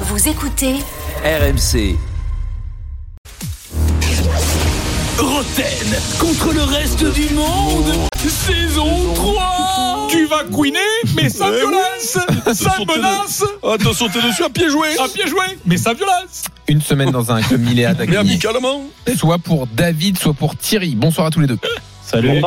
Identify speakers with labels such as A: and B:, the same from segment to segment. A: Vous écoutez
B: RMC.
C: Roten contre le reste du monde, saison 3
D: Tu vas couiner, mais sans
C: Eh
D: violence Sans
C: Sauter
D: menace
C: Ah, t'as sauté dessus à pied joué
D: À bien joué, mais sans violence
E: une semaine dans un club milléa
C: Mais
E: d'accueil,
C: amicalement
E: soit pour David, soit pour Thierry. Bonsoir à tous les deux.
F: Salut.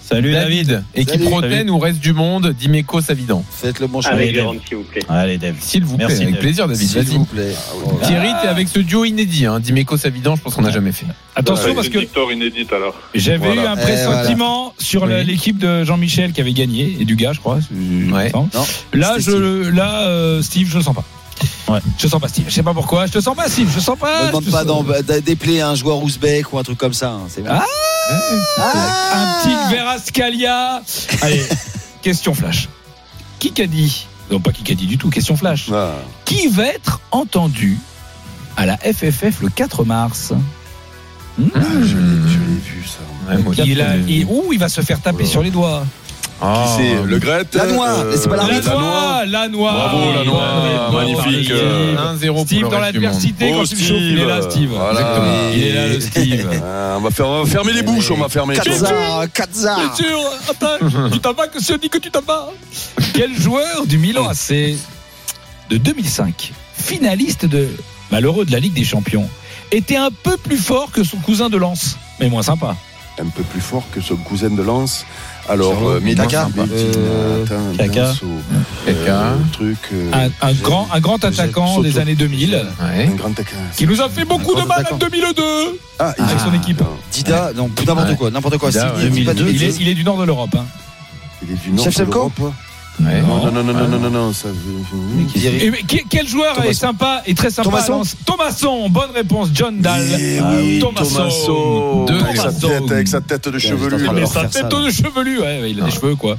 F: Salut David.
E: Équipe
F: Salut.
E: Roten
F: Salut.
E: ou reste du monde, Dimeco Savidan.
F: Faites le bon
G: Avec
F: chemin.
G: Jérôme, s'il vous plaît.
F: Allez, David.
E: S'il vous plaît,
F: Merci,
E: avec
F: David.
E: plaisir David.
F: S'il
E: Vas-y.
F: vous plaît. Oh là là.
E: Thierry, t'es avec ce duo inédit, hein. Dimeco Savidan, je pense qu'on n'a jamais fait.
G: Attention,
D: parce que-
C: Victoire inédite alors.
G: J'avais eu un
F: Eh,
G: pressentiment sur la-
E: Oui.
G: l'équipe de Jean-Michel qui avait gagné et du gars, je crois. je-
E: Ouais.
G: je sens.
F: Non,
G: Là,
F: c'était
G: je, là, euh, Steve, je le sens pas. Je sens pas Steve. Je sais pas pourquoi. Je te sens pas Steve. Je sens
F: Ne
G: pas. je te
F: demande pas
G: sens-
F: d'en- d'a- d'épeler un joueur ouzbek ou un truc comme ça. hein, c'est bon.
G: Ah,
F: Ah
G: Un petit Verascalia. Allez, question flash. Qui qu'a dit Non, pas qui qu'a dit du tout. Question flash.
F: Ah.
G: Qui va être entendu à la FFF le 4 mars
E: Mmh.
C: Ah, vu ça.
E: Ouais, moi aussi.
G: il a, il- ouh, il va se faire
F: Oh
G: taper sur les doigts.
E: Ah.
C: Qui c'est euh, Le Grette euh,
F: Lannoy, mais c'est pas l'arbitre.
G: Lanois, Lanois.
C: Bravo, Lanois.
G: Bravo,
C: Magnifique,
G: Steve.
C: euh,
E: 1-0 pour
G: Steve
E: le
G: dans
E: reste du monde.
G: l'adversité quand
C: Oh,
G: tu le chauffes, il est là,
C: Steve.
G: Steve.
C: Voilà.
E: Exactement.
G: Il est là, le Steve.
C: Ah, on, va faire, on va fermer les bouches, on va fermer.
F: Katzar,
G: Bien
F: Katzar.
G: sûr. Attends, tu t'en vas que si on dit que tu t'en vas. Quel joueur du Milan AC de 2005, finaliste de malheureux de la Ligue des Champions, était un peu plus fort que son cousin de Lens, mais moins sympa.
H: un peu plus fort que son cousin de Lance. Alors,
E: Charles,
H: euh, mais
E: Taka,
H: Taka,
F: euh,
H: attends,
G: Taka.
H: Danso,
E: Taka.
H: euh, truc, euh,
D: Ah,
G: Un, un grand, un grand
H: Jacques
G: attaquant
H: Soto.
G: des années 2000
E: Ouais.
H: un grand Taka.
G: qui nous a fait beaucoup
F: grand
G: de mal en
F: attaquant.
G: 2002
H: Ah, il-
G: avec son équipe.
H: non,
F: Dida, non, n'importe
E: Ouais.
F: quoi, n'importe quoi.
E: Dida,
F: Steve,
E: ouais.
F: dis pas de-
G: Il est, il est du nord de l'europe. hein.
H: il est du nord
F: Chef
H: de
F: Semko
H: l'Europe.
E: Ouais.
H: Non, non, non, non, non, non, non, non, ça.
F: Thierry.
G: Et mais qui- quel joueur
F: Thomasson.
G: est sympa et très sympa
F: Thomasson
G: à Lens Thomasson, bonne réponse, John Dahl.
H: Eh
G: Ah
H: oui,
G: Thomasson.
H: Tommaso.
E: Deux
H: Avec sa
G: Tommaso.
H: tête, avec sa tête de
F: Tiens, j'étais
H: chevelu.
F: en train de
G: Mais
H: là.
F: leur
G: sa
F: faire ça,
G: tête de chevelu, ouais, ouais, il a des cheveux quoi.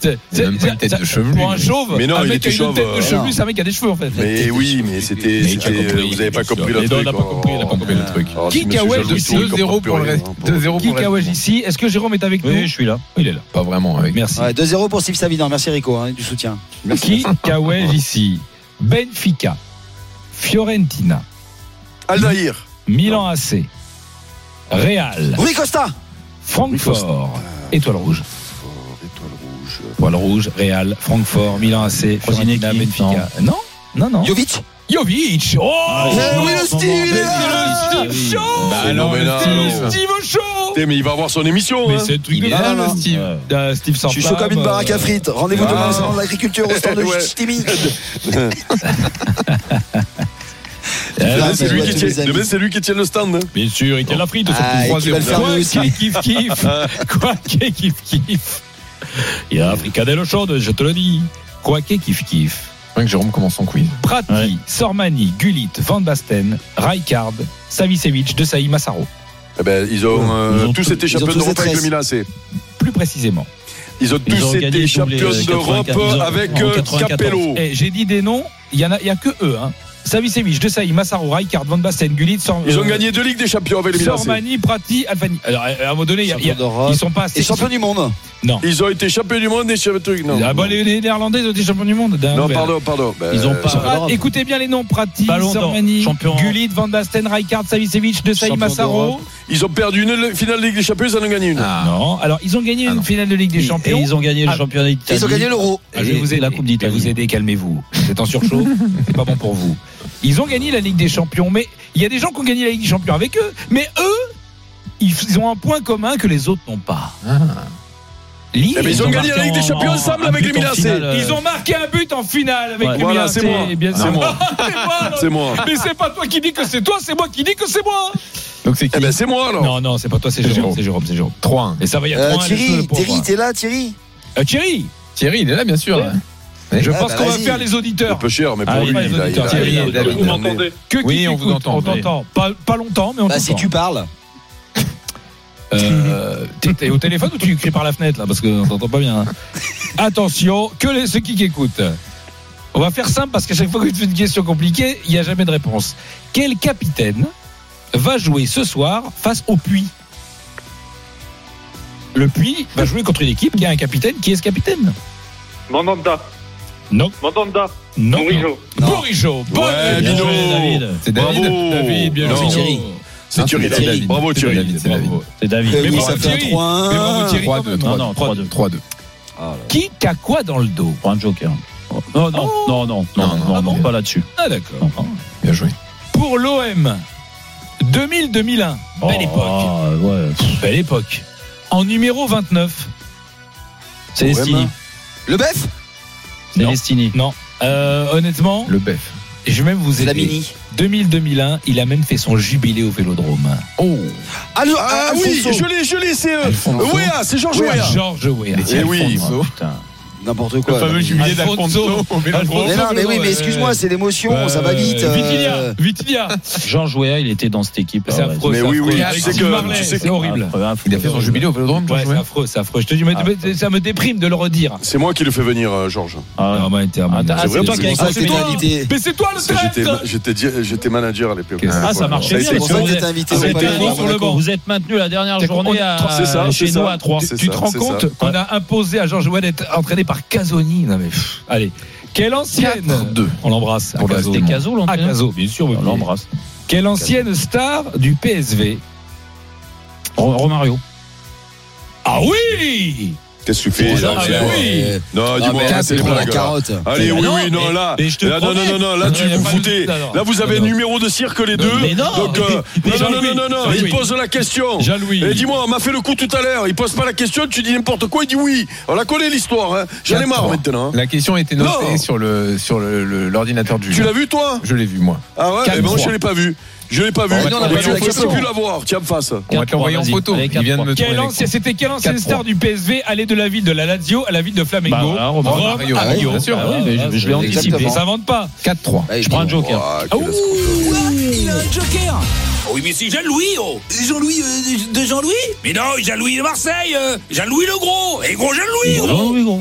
G: C'est-
E: Il a même pas
G: c'est-
E: une tête
G: ça-
E: de chevelu,
G: Pour un
E: lui.
G: chauve,
C: Mais non,
G: un
C: il
G: mec
C: était
G: qui a
C: chauve,
G: une tête de
C: euh,
G: chevelu,
F: non.
G: c'est un mec qui a des cheveux en fait.
H: Mais oui, mais c'était.
G: il a
H: c'était-
G: compris,
H: Vous
C: bien
H: avez pas
C: sûr.
H: compris le
G: Et
H: truc.
G: non, on n'a pas compris, on n'a pas compris le truc.
H: Alors, si
G: Kika
H: Oh, monsieur
G: Wedge
H: Jaloux,
G: aussi,
H: il comprend
E: 2-0
H: plus
E: pour le
H: rien,
E: reste.
H: hein, pour-
E: 2-0
G: Qui
E: pour le
G: Kawaj
E: reste.
G: ici Est-ce que Jérôme est avec nous
F: Oui, je
G: suis là. Il est là.
E: Pas vraiment. ouais.
G: Merci.
F: Ouais, 2-0 pour Steve Savidan. Merci Rico, hein, du soutien.
G: Qui Kawaj ici Benfica, Fiorentina,
H: Aldaïr.
G: Oh. Milan AC, Real,
F: Rui Costa
G: Francfort, Étoile Rouge.
H: Étoile rouge.
G: Poil rouge, Real, Francfort, Milan AC, Fiorentina, Benfica. Non, non, non.
F: Jovic
G: Jovic. Oh
F: Mais oui, le Steve il est
G: C'est
F: là
G: le Steve Show
E: Bah
C: C'est
E: alors, le
C: normal,
E: Steve.
C: non.
G: Steve Show
C: Mais il va avoir son émission.
G: Mais
C: hein.
H: Eh ben,
G: c'est le truc
E: Il
G: de
E: est là,
G: dingue,
E: le
G: Steve.
E: Steve.
G: Euh, Steve euh,
F: Je suis chaud comme une baraque à frites. Rendez-vous
E: Ah.
F: demain au salon de l'agriculture au stand de
C: Ouais.
F: Ch'timi.
C: Demain,
F: Ah,
C: c'est
F: bah,
C: lui
F: bah,
C: qui
F: tous
C: tient-
H: eh
F: les amis.
H: ben,
C: demain, c'est lui qui tient le stand. hein.
G: euh, Bien sûr, il tient la frite,
F: Ah, et qui va le faire
G: Quoi
F: nous aussi.
G: qu'il kiffe, kiffe. Quoi qu'il kiffe, kiffe. Il y a un fricadelle chaude, je te le dis. Quoi qu'il kiffe, kiffe.
E: Je crois que Jérôme commence son quiz.
G: Prati, Sormani, Gullit, Van Basten, Rijkaard, Savicevic, Desailly, Massaro.
H: Eh ben, ils ont euh, tous été
F: ils ont
H: champions
F: tous
H: d'Europe
F: été
H: avec le
F: treize.
H: Milan AC.
G: Plus précisément.
H: Ils ont tous été champions d'Europe avec euh, Capello.
G: Eh, J'ai dit des noms, il n'y en a, il y a que eux. Hein. Savicevic, Desailly, Massaro, Rijkaard, Van Basten, Gullit, Sor-
H: Ils ont
G: euh,
H: gagné deux Ligues des Champions avec le Milan. AC.
G: Sormani, Prati, Alfani. Alors, à un moment donné, il y a- il y a-
F: Champion d'Europe.
G: ils sont pas assez.
F: Et champion du monde.
H: Ils ont été champions du monde et champions truc. Non,
G: Ah bah, les, les Néerlandais ils ont été champions du monde. d'un
H: non
G: nouvel.
H: pardon, pardon. Ben,
I: Ils ont pas-
G: Prat- écoutez bien les noms Prati,
I: Ballon d'or,
G: Sormani,
I: champion-
G: Gullit, Van Basten, Rijkaard, Savicevic, Desailly,
F: Champion
G: Massaro.
F: d'Europe.
H: ils ont perdu une finale de Ligue des Champions, ils en ont gagné une.
E: Ah.
G: Non, alors ils ont gagné
E: Ah non.
G: une finale de Ligue des Champions.
I: Et ils ont gagné
G: Ah.
I: le championnat d'Italie.
F: Ils ont gagné l'euro.
G: Ah, je vais
I: Et
G: vous aider.
I: la Coupe
G: Je vais
I: d'Italie.
G: vous aider, calmez-vous. C'est en surchauffe, c'est pas bon pour vous. Ils ont gagné la Ligue des Champions, mais il y a des gens qui ont gagné la Ligue des Champions avec eux, mais eux, ils ont un point commun que les autres n'ont pas. Lille,
H: Eh ben, Ah. ils ont gagné la Ligue
I: marqué
H: des
I: en-
H: Champions
I: en-
H: ensemble
I: en
H: avec le
I: but en
H: Milan AC.
I: finale, euh,
G: Ils ont marqué un but en finale avec
I: Ouais.
G: le
H: Voilà,
G: Milan
H: c'est
G: AC,
H: moi.
G: bien sûr.
H: C'est moi.
G: C'est moi, alors.
H: C'est moi.
G: Mais c'est pas toi qui dis que c'est toi, c'est moi qui dis que c'est moi.
E: Donc c'est qui
H: Eh ben c'est moi alors.
G: Non, non, c'est pas toi, c'est
E: C'est
G: Jérôme,
E: Jérôme.
G: c'est Jérôme, c'est Jérôme.
E: 3-1.
G: Et ça va y
F: Euh,
G: avoir un
F: Thierry, Thierry, t'es là, Thierry
G: Euh, Thierry,
E: Thierry, il est là, bien sûr.
G: Ouais. je
F: Ah,
G: pense
F: bah,
G: qu'on va
F: vas-y.
G: faire les
H: Un
G: auditeurs.
H: peu cher, mais pour
G: Ah,
H: lui,
G: il est
H: il a- il a-
G: Thierry,
H: il a-
E: il est
H: il a-
E: là,
H: il a-
G: Que
E: Oui,
G: qui
E: on vous
G: t'écoute,
E: entend,
G: On
E: oui.
G: t'entend. Pas, pas longtemps, mais on
F: Bah si
G: t'entend.
F: tu parles.
G: Euh, T'es t'es au téléphone ou tu cries par la fenêtre là Parce qu'on t'entend pas bien. hein. Attention, que les, ceux qui écoutent. On va faire simple parce qu'à chaque fois que tu fais une question compliquée, il n'y a jamais de réponse. Quel capitaine va jouer ce soir face au Puy Le Puy va jouer contre une équipe qui a un capitaine qui est ce capitaine
J: Mandanda.
G: Non,
A: Mandanda.
G: non. non.
A: Morijo.
F: Non.
G: Borijo. Bonne
C: Ouais,
G: réponse.
H: Bien joué,
C: Bino.
H: David.
E: C'est David.
C: Bravo.
E: David, bien
C: Non.
E: joué.
F: C'est Oh. Thierry.
C: Hein, C'est
E: Ah,
C: Thierry,
E: David.
C: David. Bravo,
E: C'est
C: Thierry.
E: David, c'est David.
G: Bravo.
H: C'est David.
F: Eh
G: Mais
F: oui,
G: bravo,
F: ça fait un
G: Thierry.
F: 3-1.
G: Mais bravo, Thierry.
E: 3-2,
H: Non, non,
E: 3-2.
H: 3-2.
E: 3-2.
G: Qui t'a quoi dans le dos
H: Pour un joker. Non, non,
G: Oh.
H: non, non,
E: Non,
H: non,
E: non, non.
H: non, non, pas là-dessus.
G: Ah d'accord.
H: Non.
E: Bien joué.
G: Pour l'OM, 2000-2001, belle époque.
H: Ah, ouais.
G: Belle époque. En numéro 29,
H: C'est Destiny.
F: Le bœuf
H: C'est
G: Non.
H: Destiny.
G: euh, honnêtement,
E: Le bœuf.
G: je vais même vous
F: C'est la
G: aider.
F: mini.
G: 2000-2001, il a même fait son jubilé au Vélodrome.
E: Oh
F: Ah, le-
C: Ah
F: ah,
C: oui,
F: Alfonso.
C: je l'ai, je l'ai, c'est. euh,
E: Alfonso.
C: Wea, c'est Georges
G: Georges
C: Wea.
G: Georges Weah.
E: Mais tiens,
C: Eh oui,
E: Alfonso.
H: Putain.
F: N'importe quoi.
E: Le fameux
F: là.
E: jubilé
G: Alfonso.
E: d'Alfonso au Vélodrome.
F: Mais non, mais oui, mais excuse-moi, c'est l'émotion, ça va vite. euh,
G: Vitilia, Vitilia.
H: Jean Jouéa, il était dans cette équipe.
G: C'est
H: Ah ouais.
G: affreux.
C: Mais
G: c'est
C: oui,
G: affreux.
C: oui,
G: Avec
C: tu sais
G: Steve
C: que-
G: Marley,
C: tu sais
G: C'est horrible.
H: Affreux, affreux.
E: Il a fait son jubilé au Vélodrome,
G: Ouais,
E: Georges
G: c'est
E: Weah
G: affreux, c'est affreux. Je te dis, mais-
H: Ah.
G: mais ça me déprime de le redire.
C: C'est moi qui le fais venir, euh, Georges.
H: Ah,
G: Ah, mais t'es un
H: Ah,
G: malade.
H: c'est
C: vrai,
H: toi
C: c'est
H: qui as
F: pour ça que
H: écrit
F: t'es
H: Mélanie.
F: invité.
G: Mais c'est toi le
C: C'est- J'étais,
G: traître
C: j'étais, di- j'étais manager à l'époque.
E: Ah,
H: Ah, ça marchait
C: Ça a
H: bien.
C: été
F: pour ça que t'étais invité au
H: Ça a été
F: Palais
H: un
F: Bourbon.
H: gros sur le banc. Vous êtes maintenu la dernière
G: C'est qu'on
H: journée
G: est-
H: à-
C: c'est ça,
H: chez
C: c'est
H: nous
C: ça.
H: à 3.
C: C'est
G: Tu
C: ça,
G: te rends
C: c'est
G: compte
C: ça.
G: qu'on a imposé à Georges Ouel d'être entraîné par Casoni Non mais pff, allez, quelle ancienne
E: 4-2.
G: On l'embrasse.
E: Pour la-
G: Acaso.
H: C'était Cazot
G: Ah,
H: l'entraîneur
G: Acaso, bien sûr. oui.
H: On l'embrasse.
G: Quelle ancienne star du PSV
H: Ro- Romario.
G: Ah oui
C: Qu'est-ce que tu fais là,
G: Ah,
C: c'est
G: bah
C: quoi
G: oui.
C: Non, dis-moi,
F: Ah, mais
C: arrête les
F: pour la
C: blagues. là.
F: carotte.
C: Allez,
G: Mais
C: oui,
G: non,
C: oui, non,
G: mais-
C: là.
G: mais je te
C: là, non,
G: promets.
C: non, non, non, là,
G: Non,
C: tu
G: y a
C: vous
G: pas de doute,
C: foutez.
G: alors.
C: Là, vous avez un
G: Non.
C: numéro de cirque, les deux.
G: Mais non.
C: Donc, euh,
G: Mais
C: non, non,
G: Jean-Louis,
C: non, non, non,
G: Jean-Louis.
C: il pose la question.
G: Jean-Louis.
C: Et dis-moi, on m'a fait le coup tout à l'heure. Il pose pas la question, tu dis n'importe quoi, il dit oui. On la connaît, l'histoire. hein. J'en ai marre
E: 4-3.
C: maintenant. hein.
E: La question était
C: Non.
E: notée sur le sur le- le- l'ordinateur du
C: hein. Tu l'as vu, toi
E: Je l'ai vu, moi.
C: Ah ouais Eh ben, Moi,
E: 4-3.
C: je l'ai pas vu. Je l'ai pas vu.
E: Bon, maintenant, on a
C: Donc,
E: perdu la
C: je
E: question.
C: peux plus la voir. Tiens, me face.
E: On va te l'envoyer en
H: 4-3,
E: photo.
H: vas-y.
E: Il vient de me trouver.
G: Quelle
E: la
G: ancienne-
E: question.
G: C'était quelle ancienne
E: 4-3.
G: star du PSV allait de la ville de la Lazio à la ville de Flamengo
H: Bah, voilà, Romario.
G: Rome
E: Romario,
G: à
E: ouais,
G: Rio.
E: bien sûr.
H: Ah oui, mais je- je l'ai
F: Exactement.
H: anticipé.
G: Ça s'invente pas.
E: 4-3.
F: Allez,
H: Je prends un hein. joker.
C: Ah, quel escroc.
B: Il a un joker Oui, mais c'est Jean-Louis, oh Jean-Louis euh, de Jean-Louis Mais non, Jean-Louis de Marseille euh, Jean-Louis le gros Et gros Jean-Louis oh.
H: Non, oui, gros.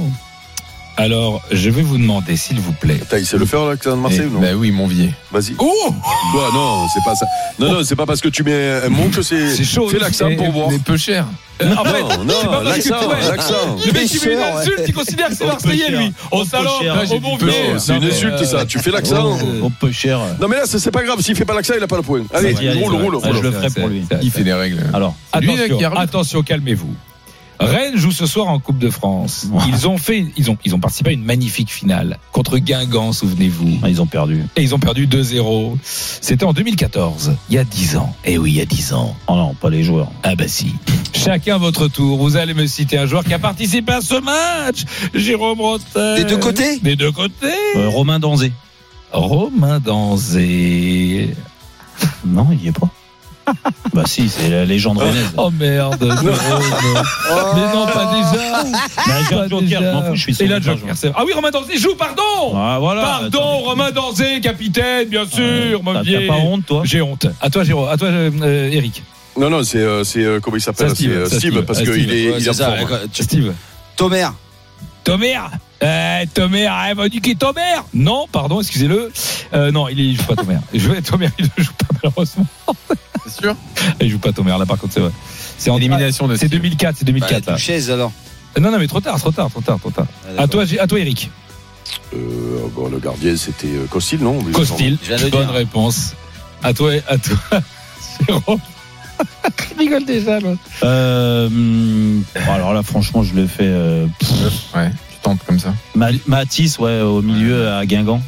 G: Alors, je vais vous demander, s'il vous plaît.
C: Attends, il sait le faire, là, que ça de Marseille ou non
E: Bah oui, mon vieil.
C: Vas-y.
G: Eh ben, Oh
C: Toi, non, c'est pas ça. Non, non, c'est pas parce que tu mets un mot que c'est.
G: C'est chaud. Eh,
C: C'est l'accent
E: Et-
C: pour voir.
E: Mais peu cher.
H: Euh,
G: Ah, En fait,
C: Ah Non,
G: c'est
C: non,
G: pas parce que
C: l'accent,
G: tu- ouais.
C: l'accent.
G: Le mec qui met une
F: Pêcheur, ouais.
G: insulte, il considère que c'est
H: Au
G: Marseillais,
H: pêcheur.
G: lui. Au
H: Au
G: salon,
H: pêcheur.
E: Là,
G: au
E: j'ai dit
G: bon
E: pêcheur.
G: vieux.
C: Non, C'est une
E: mais,
C: insulte,
E: euh,
C: ça. Tu fais l'accent.
H: Au peu cher.
C: Non, mais là, c'est c'est pas grave. S'il fait pas l'accent, il a pas le point. Allez,
H: Vas-y, allez,
C: roule,
H: ouais.
C: roule,
H: Ouais,
C: roule.
H: je le ferai pour lui.
E: Il fait des règles.
H: Alors,
E: Lui, là,
G: Attention,
E: qui arbitre.
G: attention, calmez-vous. Rennes joue ce soir en Coupe de France. Ils ont fait, ils ont, ils ont participé à une magnifique finale contre Guingamp, souvenez-vous.
H: ah, ils ont perdu.
G: Et ils ont perdu 2-0. C'était en 2014, il y a 10 ans. Eh oui, il y a 10 ans.
H: Oh non, pas les joueurs.
G: Ah bah si. Chacun votre tour. Vous allez me citer un joueur qui a participé à ce match. Jérôme Rotten.
F: Des deux côtés
G: Des deux côtés.
H: Euh, Romain Danzé.
G: Romain Danzé.
H: Non, il y est pas. bah si, c'est la légende rennaise.
G: Oh merde. Jérôme. Oh. Mais non, pas
F: Oh.
G: déjà.
H: Bah, j'ai
G: Pas
H: un joker,
G: déjà.
H: je m'en fous, je suis
G: Et
H: sauvé
G: là,
H: par
G: Joker, c'est- Ah oui, Romain Danzé joue, pardon
H: Ah voilà.
G: Pardon,
H: Attends. Ah,
G: Romain Danzé, capitaine, bien sûr, mon
H: T'as
G: vieil.
H: t'as pas honte, hein toi
G: J'ai honte. À toi, Jérôme. À toi, euh, Eric.
C: Non, non, c'est. euh, c'est, euh, Comment il s'appelle
G: Ça, Steve,
C: C'est euh,
G: ça,
C: Steve,
G: Steve.
C: parce
G: Ouais,
C: qu'il
G: Steve.
C: est.
F: Ouais,
C: il est
F: c'est ça,
C: en forme.
F: d'accord.
G: Steve.
F: Tomer.
G: Tomer eh, Tomer, eh, m'a dit qui est Tomer Non, pardon, excusez-le. Euh, non, il ne joue pas Tomer. Je vais Tomer, il ne joue pas malheureusement.
E: C'est sûr
G: Il joue pas Tomer, là par contre, c'est vrai. C'est en Ah,
E: Élimination de
G: C'est 2004, c'est
F: Bah,
G: 2004 là.
F: Duchesse, alors.
G: Non, non, mais trop tard, trop tard, trop tard, trop tard. À toi, G- à toi, Eric.
C: Euh, bon, Le gardien, c'était euh, Costil, non
G: Costil,
F: Je viens de le
G: bonne
F: dire.
G: réponse. À toi, à toi, Jérôme. Je rigole déjà, l'autre.
H: Euh, hum, Alors là, franchement, je l'ai fait. euh, pff,
E: Ouais, tu tentes comme ça.
H: Ma- Matisse, ouais, au milieu à Guingamp.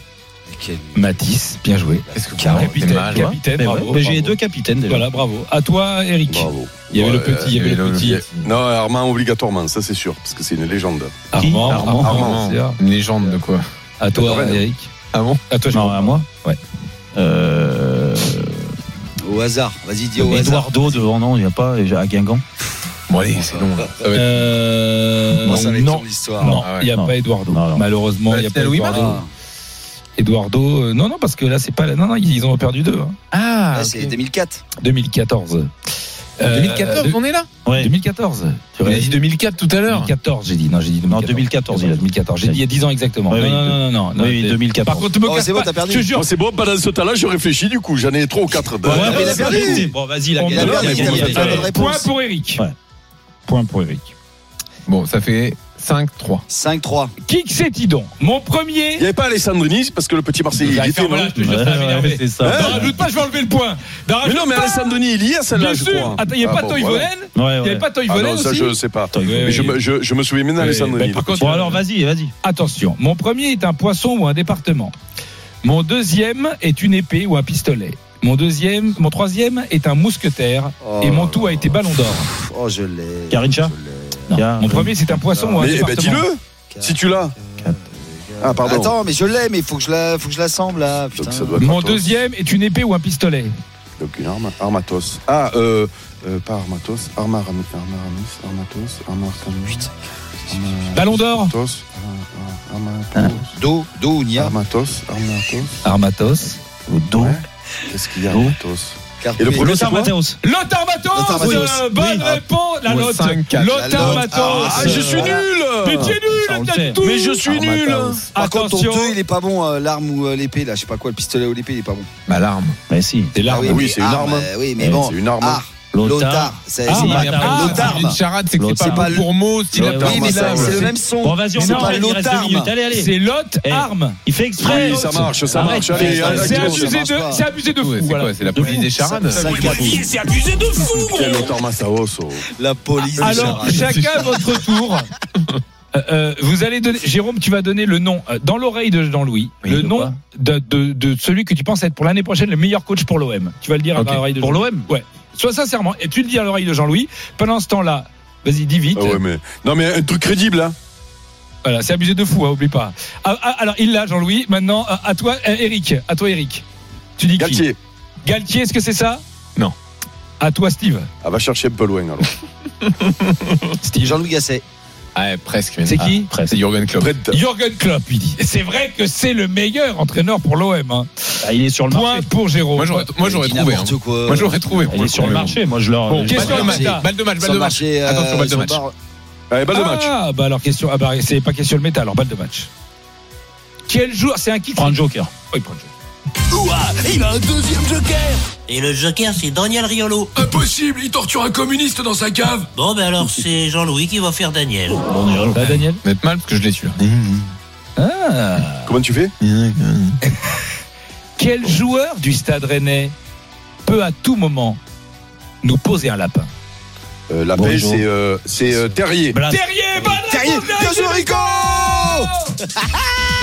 F: Quel-
G: Matisse, bien joué.
E: Qu'est-ce que vous
G: Ah,
F: Carré,
E: racontez
G: capitaine,
E: mal,
H: Tu vois
E: ouais.
G: Capitaine,
H: Mais
G: bravo,
H: ouais, mais J'ai
G: bravo.
H: deux capitaines déjà.
G: Voilà, bravo. À toi, Eric.
C: Bravo.
G: Il y avait
C: Ouais,
G: le petit, il
E: euh,
G: y avait le petit.
C: Non, Armand, obligatoirement, ça, c'est sûr, parce que c'est une légende.
G: Ah
H: Qui
G: Armand, Armand,
H: Armand.
E: Armand,
G: c'est vrai.
E: Une légende de quoi
G: À
C: Attends,
G: toi,
C: ouais.
G: Eric.
E: Ah bon
G: À toi,
H: Non,
G: Jérôme.
H: à moi
G: Ouais.
H: Euh,
F: Au hasard, vas-y, dis au hasard.
H: Eduardo devant, non, il n'y a pas, à Guingamp.
E: Bon, allez, c'est long. là. Ça va être-
G: Euh,
F: Moi, ça va être
G: non,
F: son histoire.
G: non,
E: Ah ouais,
G: il n'y a
H: non.
G: pas Eduardo.
H: Non, non.
G: Malheureusement, il n'y a
E: Bah,
G: pas
E: c'est Louis
G: Eduardo.
F: Ah.
G: Eduardo, euh, non, non, parce que là, c'est pas. la- Non, non, ils ils en ont perdu deux. hein.
E: Ah
F: Là,
E: ok.
F: c'est 2004.
G: 2014. Euh,
E: 2014,
G: de-
E: on est là
G: 2014. Tu
E: On a
G: aurais
E: dit
G: dit
E: 2004 tout à l'heure.
G: 2014, j'ai dit. Non, j'ai dit
H: Non,
G: 2014.
H: 2014, il a dit.
G: 2014. J'ai dit il y a 10 ans exactement.
H: Ouais,
G: non,
H: oui,
G: non, non, non, non,
H: Oui,
G: t'es-
H: 2014.
G: Par contre, me
F: Oh,
G: casse
F: c'est bon,
G: pas,
F: t'as perdu.
G: Je te jure.
C: Moi, c'est bon, pendant ce temps-là, je réfléchis, du coup. J'en ai trois ou quatre.
H: Ouais,
F: mais il a
H: c'est
F: perdu.
H: arrêté. bah, Bon, vas-y, la
G: On
F: Il a
G: Ouais,
F: perdu,
G: ouais,
F: il a
G: ouais,
F: pas fait la
G: ouais.
F: bonne
G: Point
F: réponse.
G: pour Eric.
H: Ouais. Point pour Eric.
E: Bon, ça fait 5-3.
F: 5-3.
G: Kick c'est Tidon. Mon premier.
C: Il n'y avait pas Alessandro Nice parce que le petit Marseillais, il
G: Voilà,
C: était non
G: je te jure, ça va m'énerver.
H: c'est
G: N'en
H: ça.
G: rajoute pas, je vais enlever le point. N'en
C: Mais
G: rajoute
C: non, mais
G: pas.
C: Alessandro Denis, il y a celle-là,
G: Bien
C: je
G: sûr.
C: crois.
G: Attends, il n'y a
C: Ah,
G: pas
C: bon,
G: Toy
C: voilà.
G: Volen
H: Ouais,
G: Il n'y
H: ouais.
G: avait pas Toy
C: Ah
G: Volen
C: non, ça,
G: aussi
C: je sais pas.
G: Oui,
C: Mais
G: oui.
C: je, me- je- je me souviens maintenant
G: Oui,
C: Alessandro
G: mais
C: Denis.
G: par contre,
H: Bon, alors vas-y, vas-y.
G: Attention, mon premier est un poisson ou un département. Mon deuxième est une épée ou un pistolet. Mon deuxième, mon troisième est un mousquetaire
F: Oh
G: et mon
F: là
G: tout a
F: là.
G: été ballon d'or.
F: Pff, Oh, je l'ai.
H: Karincha
F: Je l'ai.
G: Non,
H: Bien.
G: Mon premier c'est un poisson ou un
C: Ah, Mais eh ben,
G: département.
C: dis-le, si tu l'as. Ah, pardon.
F: Attends, mais je l'ai, mais il faut que je la, faut que je l'assemble là. Putain.
C: Donc, ça doit être
G: Mon
C: Armatos.
G: deuxième est une épée ou un pistolet.
C: Donc une arme, Armatos. Ah, euh, euh, pas Armatos, Arma Aramis, Arma Aramis, Armatos, Arma Artamus.
G: Ballon d'or.
C: Armatos, Arma- Armatos,
F: Do, do ou Nia.
C: Armatos, Armatos.
G: Armatos.
H: Au dos.
C: Ouais. Qu'est-ce qu'il y a, Armatos
F: Carpe-
C: Et le premier,
H: Le
C: c'est quoi
H: Sarmateos.
G: Lothar Matos.
F: Lothar Matos.
G: euh, Bonne
H: Oui.
G: réponse. La
E: Ouais,
G: note.
E: 5-4.
F: La
G: Lothar
F: note.
G: Matos.
C: Ah, je suis
F: Voilà.
G: Mais
C: nul
G: tu es
H: Ça, on
G: nul,
H: le
G: t'as
H: sait. Ah,
G: tout.
C: Mais je suis nul
F: Par contre, ton
G: Attention.
F: 2, il est pas bon, euh, l'arme ou euh, l'épée, là, je sais pas quoi, le pistolet ou l'épée, il est pas bon. Ah
E: Bah, l'arme.
H: Mais si.
G: C'est l'arme.
C: oui,
F: mais
C: c'est une arme.
F: euh, oui, mais
H: Ouais,
F: bon.
C: C'est une arme.
F: Art, l'otard,
H: Lothar.
F: c'est
H: Ah,
F: c'est
H: mais
F: pas-
H: il y a pas-
F: l'otarme.
E: une charade, c'est que
H: L'autre,
E: c'est
F: c'est pas
E: pas
F: le-
E: mot pour mot, style
H: Ouais,
E: un peu
H: ouais.
F: Oui, mais ça,
E: improbable.
F: c'est le même son.
H: Bon, vas-y,
F: C'est
H: on
F: pas
H: arrête, il reste deux
F: l'otarme.
H: minutes. hein. Allez, allez.
G: C'est Lot
H: Eh.
G: arme.
H: Il fait exprès.
C: Oui, ça marche, Eh, ça marche.
H: Arrête.
C: Allez, euh,
H: Ouais,
C: allez,
G: C'est
F: ça
C: allez,
G: abusé
F: marche
G: de,
F: pas.
G: c'est abusé de fou.
E: Ouais, C'est
G: voilà.
E: quoi C'est la police des charades
F: Ça- ça-
B: Ouais, bah, dis, C'est abusé de fou, gros.
C: Quel auteur Massaos oh.
F: La police.
G: Alors,
F: Gérard.
G: chacun votre tour. Euh, euh, vous allez donner, Jérôme, tu vas donner le nom euh, dans l'oreille de Jean-Louis,
H: Oui,
G: le
H: de
G: nom
H: quoi
G: de, de- de celui que tu penses être pour l'année prochaine le meilleur coach pour l'OM. Tu vas le dire
E: Ok.
G: à l'oreille de Jean-Louis. Ouais. Sois sincèrement, et tu le dis à l'oreille de Jean-Louis. Pendant ce temps-là, vas-y, dis vite.
C: Ah ouais, mais... Non, mais un truc crédible, hein.
G: Voilà, c'est abusé de fou, hein, oublie pas. Ah, ah, alors, il l'a, Jean-Louis. Maintenant, euh, à toi, euh, Eric. À toi, Eric. Tu dis qui
C: Galtier.
G: Galtier, est-ce que c'est ça
E: Non.
G: À toi, Steve.
C: Ah, va chercher un peu loin, alors.
G: Steve.
F: Jean-Louis Gasset.
E: Ah Ouais, presque. mais-
G: C'est qui
E: Ah, C'est Jurgen Klopp.
C: Prête.
G: Jürgen Klopp, il dit. C'est vrai que c'est le meilleur entraîneur pour l'OM. Hein.
H: Ah, Il est sur le
G: Point
H: marché.
G: pour Jérôme.
E: Moi, j'aurais- moi, j'aurais
F: Dis
E: trouvé. hein.
F: n'importe quoi.
E: Moi, j'aurais trouvé. pour
H: Il est
E: le
H: sur
E: coup,
H: le
E: mais bon.
H: marché. Moi, je leur.
G: Bon,
H: je-
G: question
E: Balle de match,
G: Mata.
E: balle de match, balle
F: Sans
E: de match.
F: marcher. euh,
E: Attention, balle de
F: sans
E: match.
F: bar-
C: Allez, balle de match.
G: Ah, bah alors, question. Ah, bah, c'est pas question de métal, alors balle de match. Quel joueur C'est un kick.
H: Prends un joker.
G: Oui, prends le jeu.
B: Ouah, il a un deuxième joker.
A: Et le joker, c'est Daniel Riolo.
B: Impossible, il torture un communiste dans sa cave.
A: Bon, ben alors, c'est Jean-Louis qui va faire Daniel.
G: Ah, Daniel
E: Vous êtes mal parce que je l'ai su.
C: Comment tu fais
G: Quel joueur du stade rennais peut à tout moment nous poser un lapin
C: Euh, La paix,
H: Bonjour.
C: c'est euh, c'est, euh, Terrier.
H: Blas.
G: Terrier, bonne
F: Terrier,
G: réponse de
F: bien joué, Rico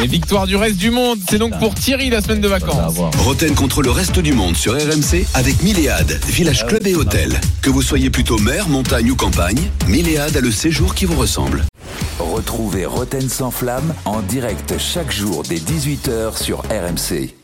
E: Et victoire du reste du monde. C'est donc pour Thierry la semaine de
H: On va
E: vacances.
H: voir.
I: Roten contre le reste du monde sur RMC avec Milléade, village club et hôtel. Que vous soyez plutôt mer, montagne ou campagne, Milléade a le séjour qui vous ressemble.
J: Retrouvez Roten sans flamme en direct chaque jour dès 18h sur RMC.